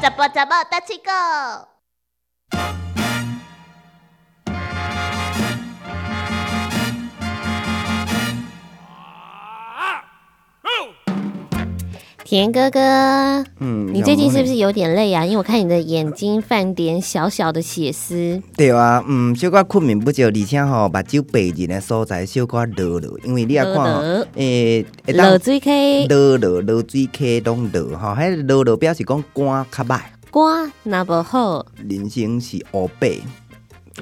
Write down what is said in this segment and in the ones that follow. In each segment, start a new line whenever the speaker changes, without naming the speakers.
怎么怎么大七狗？
田哥哥，
嗯，
你最近是不
是
是有点累啊？因为我看你的眼睛泛点小小的血丝。
对啊？嗯，小可困眠不足，而且吼、目睭白人的所在小可落落，因为你也啊看吼
落落，
诶、会
老 J K
落落落水溪拢落吼，迄落落表示讲肝较歹，
瓜那不好，
人生是黑白，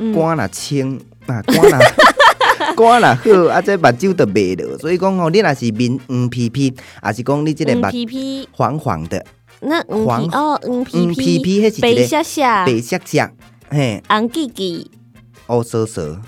嗯
肝若清啊，肝若 肝若好，啊，这目睭就袂落，所以讲吼、你若是面黄皮皮，啊是讲你即个
嗯
目
皮皮，
黄黄的，
那嗯皮
黄
哦，嗯皮
黄皮皮那是一个
白下下，
白色色，嘿，
昂叽叽，
乌色色，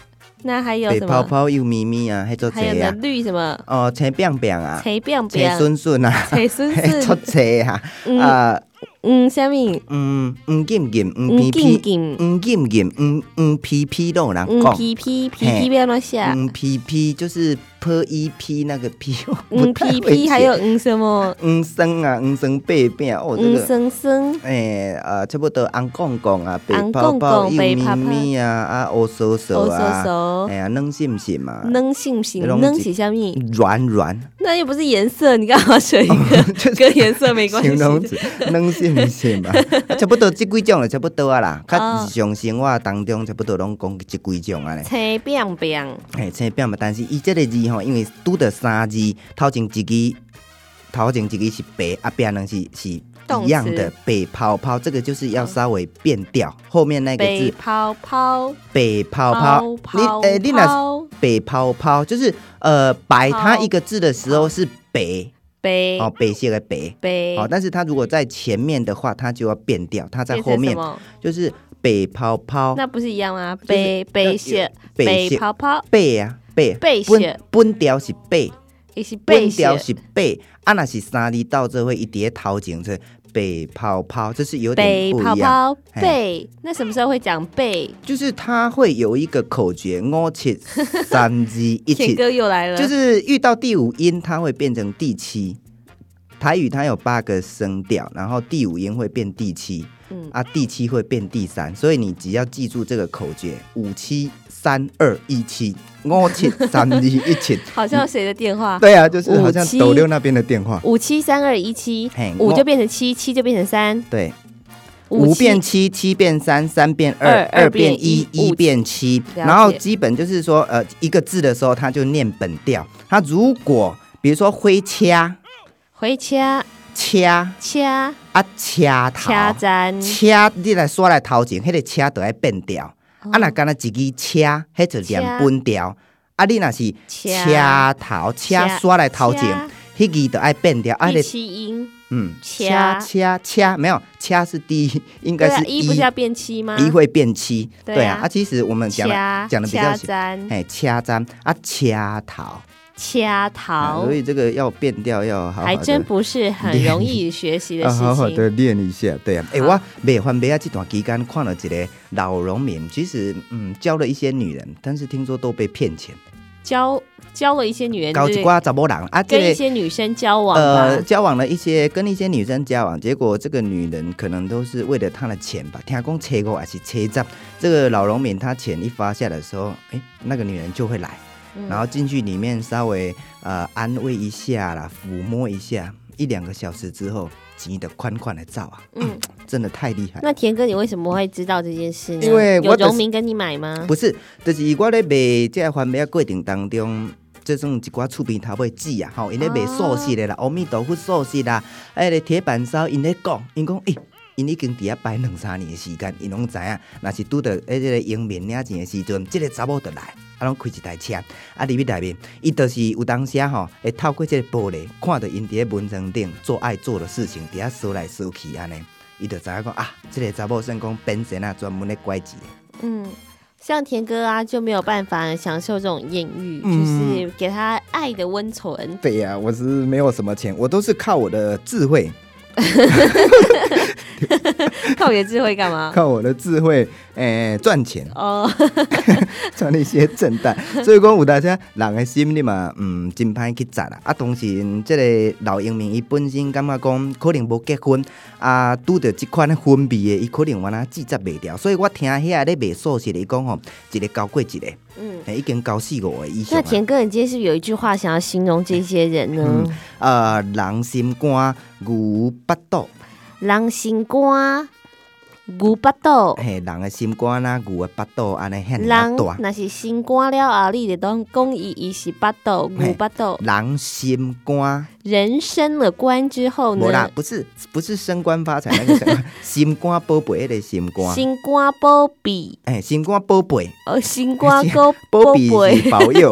那还有
白
什
泡
么？
泡又咪咪啊，迄做
还有
侪
呢
啊，，
绿什么？
哦，青扁扁啊，
锤变
青
变，
顺顺啊，
锤孙
嘿出
孙，
车啊，
嗯
啊，
嗯，下面
嗯，黄金金，黄
嗯金
皮皮，
金，
黄金金，黄黄皮皮都有人
嗯
讲。
皮啊皮皮
嘿
皮变落下，
嗯，P P 就是 P 一 P 那个 P，
嗯皮皮还有嗯什 么？
嗯生啊，嗯生背变哦，这
嗯
个
生生，
诶呃，差不多红公公啊，白
红
泡
公
泡、
公
幼
白
咪
泡泡
咪啊，啊乌手手
哦
啊，
手
哎啊呀软信信嘛，
手，能行不行？
拢
能
是
是下面？
软软，
那又不是颜色，你干嘛选一 个跟颜色没关系
哦形？容词软信 信嘛，啊差不多即几种就差不多啊
哦
啦，较日常生活当中差不多拢讲即几种啊咧。
青变变，
嘿，青饼嘛，但是伊即个字吼，因为拄着三字，头前一支，头前一支是白，啊，边两是是
动
一样的
词
白泡泡，这个就是要稍微变调，后面那个
北
字
泡泡，
白泡泡
泡，
你
泡，
诶、你若是
泡
白泡泡，就是呃白，
泡
它一个字的时候是白，
北
哦，白色的白，
北
好、，但是它如果在前面的话，它就要变调，它在
变
后
成什
面
么？
就是白泡泡，
那不是一样吗？
是
北北雪，
白
北
色
泡泡
白啊白，
白色
本本调是白。
也是北
本
雪
调，是白，啊若是三字到这会一叠头前是白泡泡，这是有点
北
不
泡
一样。
泡
嘿
北。那什么时候会讲北？
就是它会有一个口诀，五七三二一
田
七，
哥又来了，
就是遇到第五音，它会变成第七。台语它有八个声调，然后第五音会变第七，
嗯
啊，第七会变第三，所以你只要记住这个口诀：五七三二一七，五七三二一 七。
好像谁的电话？
对啊，就是好像
五七
斗六那边的电话。
五七三二一七
嘿，
五
我
就变成七，七就变成三，
对，五
七
变七，七变三，三变二
二，
二
二变
变一，
一
一
五
变七。
了解
然后基本就是说，呃，一个字的时候，它就念本调。它如果比如说灰掐
回掐
掐
掐
啊掐头
掐站，
掐，你来刷来头前，迄、个掐就要变调。
哦
啊，若敢若一支掐，迄就念
掐
本调。啊，你若是
掐
掐头掐
掐
刷来头前
掐，
迄支就爱变调。啊，
第
你
七音，
嗯，
掐
掐掐没有掐是第一，应
对
该
啊
是，
一不是要变七吗？
一会变七，
对啊
对啊。啊，其实我们讲
掐
的讲的比较
掐
小，
粘
哎，掐粘啊，掐桃，
掐
啊
桃
所，以这个要变调要好好地
还真不是很容易学习的
要
事
啊好好的
情。
练一下， 对啊。哎，
好
我美欢美啊这段期间看了一个老农民，其实嗯交了一些女人，但是听说都被骗钱，
交交了一些女人，
搞
就
一
是
挂查某人啊，
跟一
这个。
些女生交往
呃，
吧。
交往了一些跟一些女生交往，结果这个女人可能都是为了他的钱吧。听讲车过还是车站，这个老农民他钱一发下的时候，哎，那个女人就会来，
嗯
然后进去里面稍微呃安慰一下啦，抚摸一下，一两个小时之后，急得款款的照啊，
嗯，
真的太厉害。
那田哥，你为什么会知道这件事呢？
因为
有
我只
荣民跟你买吗？
不是，就是我咧卖这个番麦的过程当中，这种一寡厝边头尾煮啊，吼，因咧卖素食的啦，阿弥陀佛素食啦，哎，个铁板烧，因咧讲，因讲，诶、因已经伫遐摆两三年的时间，因拢知影，若是拄到诶这个英面领钱的时阵，即、个查某就来，啊，拢开一台车，啊，入去内面，伊就是有当时啊吼，会透过即个玻璃，看到因伫咧文章顶做爱做的事情，伫遐说来说去安尼，伊就知影讲啊，即、个查某算讲本身啊，专门咧拐钱。
嗯，像田哥啊，就没有办法享受这种艳遇，就
嗯
是给他爱的温存。
对呀、啊我是没有什么钱，我都是靠我的智慧。
靠你的智慧干嘛？
靠我的智慧，诶、赚钱，
哦，
赚一些正蛋。所以讲有当时啊人的心你嘛，嗯，真歹去扎啦。啊，当时即个老英明伊本身感觉讲，可能无结婚，啊，拄着即款的婚味的，伊可能原来记执袂掉。所以我听遐咧卖素食的伊讲吼，一个交过一个，
嗯，
嘿已经交四五个以
那
上啊。
田哥，你今天是不是有一句话想要形容这些人呢？
呃，人心肝，牛巴肚，
狼心肝，牛巴肚，
嘿，人的心肝啦，牛的巴肚安尼遐
狼
尔哎大。
那是心肝了后，你就当讲伊伊是巴肚，牛巴肚。
人心肝，
人升了官之后
无啦
呢，，
不是不是升官发财那个升 官心肝宝贝迄个心肝，
心肝宝贝，
哎，心肝宝贝，
哦，心 肝
是
哥
宝贝是 保佑，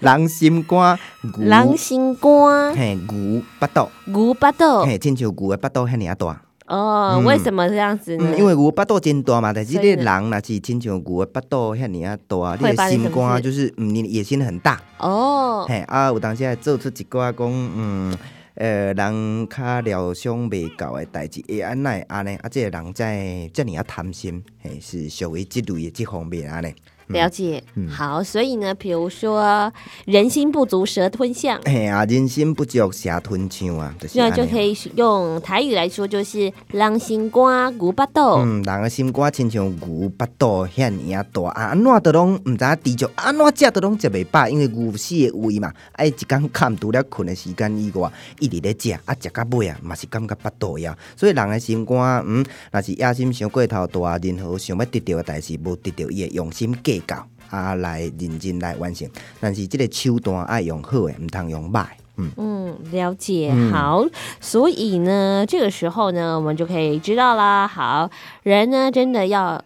人心肝
狼
牛，
心肝，
嘿牛巴肚，
牛巴肚。
嘿，亲像牛的巴肚遐尔啊大，
哦
嗯，
为什么这样子呢
嗯，？因为牛的巴肚真大嘛，但是
所
你
以
的
呢
人若是亲像牛的巴肚遐尔啊大，
会
你
发生
的心
什么
肝
事
就是嗯，你的野心很大。
哦，
嘿，啊，有当时会做出一寡讲，嗯，呃，人较料想未到的代志，会安奈安尼，啊，即、个人在遮尔啊贪心，嘿，是属于即类的即方面安尼。
了解。
嗯
好，所以呢，比如说人心不足蛇吞象，
嘿啊，人心不足蛇吞象啊，就是
那
安尼。
就可以用台语来说，就是狼心瓜牛巴豆。
嗯，人的心肝亲像牛巴肚遐尔啊大，啊，安怎都拢毋知影滴着，安怎食都拢食袂饱，因为牛死的胃嘛，啊，伊一工砍除了困的时间以外，一直咧食，啊，食到尾啊，嘛是感觉巴肚枵，所以人的心肝，嗯，若是野心伤过头大，任何想要得到的代志无得到，伊会用心计较，啊，来认真来完成，但是即个手段爱用好的，毋通用歹的，嗯。
嗯，了解。好，所以呢，这个时候呢，我们就可以知道啦。好，人呢，真的要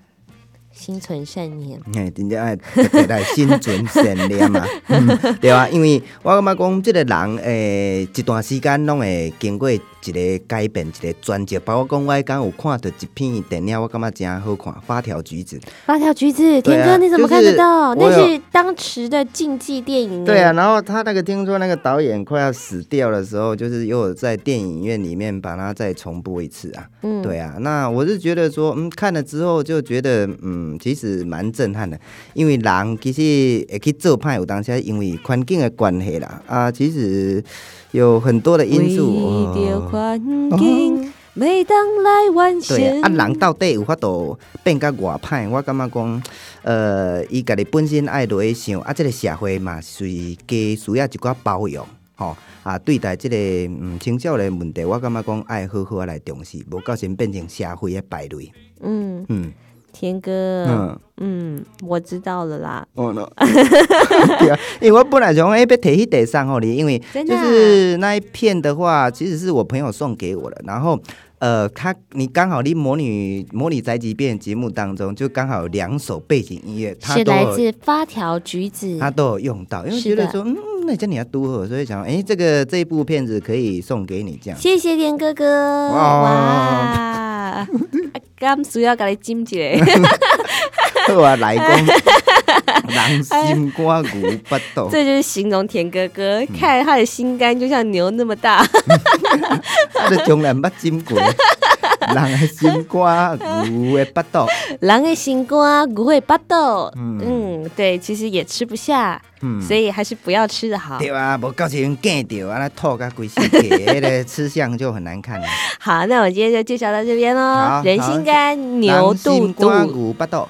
心存善念。
嘿，真正爱特别来心存善念啊， 嗯对啊，因为我感觉讲，即个人诶、一段时间拢会经过一个改变，一个转折。包括讲，我迄刚有看到一篇电影，我感觉真好看，《发条橘子》。
发条橘子，
对啊
田哥，你怎么看得到？
就是我有
那是当时的禁忌电影。
对啊，，然后他那个听说那个导演快要死掉的时候，就是又有在电影院里面把它再重播一次啊。
嗯，
对啊，那我是觉得说，嗯，看了之后就觉得，嗯，其实蛮震撼的，因为人其实会去做歹，有当时因为环境的关系啦，啊，其实有很多的因素。
为着
哦
环境，每当来完成。
对啊，啊，人到底有法度变甲偌歹？我感觉讲，呃，伊家己本身爱落去想，啊，即、个社会嘛，随加需要一寡包容，吼、啊，对待即、个嗯青少年的问题，我感觉讲爱好好啊来重视，无到时变成社会的败类。
嗯，
嗯
田哥，
嗯。
嗯，我知道了啦。
哦 no，对啊，因为我本来想诶，别提迄第三号你，因为
真的
就
啊
是那一片的话，其实是我朋友送给我的，然后。呃，他你刚好你模拟模拟宅急便节目当中，就刚好有两首背景音乐，他
是
都
来
有
自发条橘子。
他都有用到，因为觉
是的
得说，嗯，那这你要多喝，所以想，哎诶，这个这一部片子可以送给你 这样。
谢谢田哥哥，啊
哇
哇，甘需要甲你斟一 下，
对我来讲，人心瓜牛不懂。
这就是形容田哥
嗯
哥，看他的心肝就像牛那么 大，
啊，你从来毋捌浸过，人诶心肝牛诶巴肚，
狼的心肝，骨会巴豆，
嗯
嗯，对，其实也吃不下，
嗯
所以还是不要吃的好。
对啊，无到时阵见着，安尼吐甲规身体，迄个吃相就很难看了。
好，那我今天就介绍到这边喽
好，
人心肝，牛
人
肚
心肝
肚，
牛巴肚，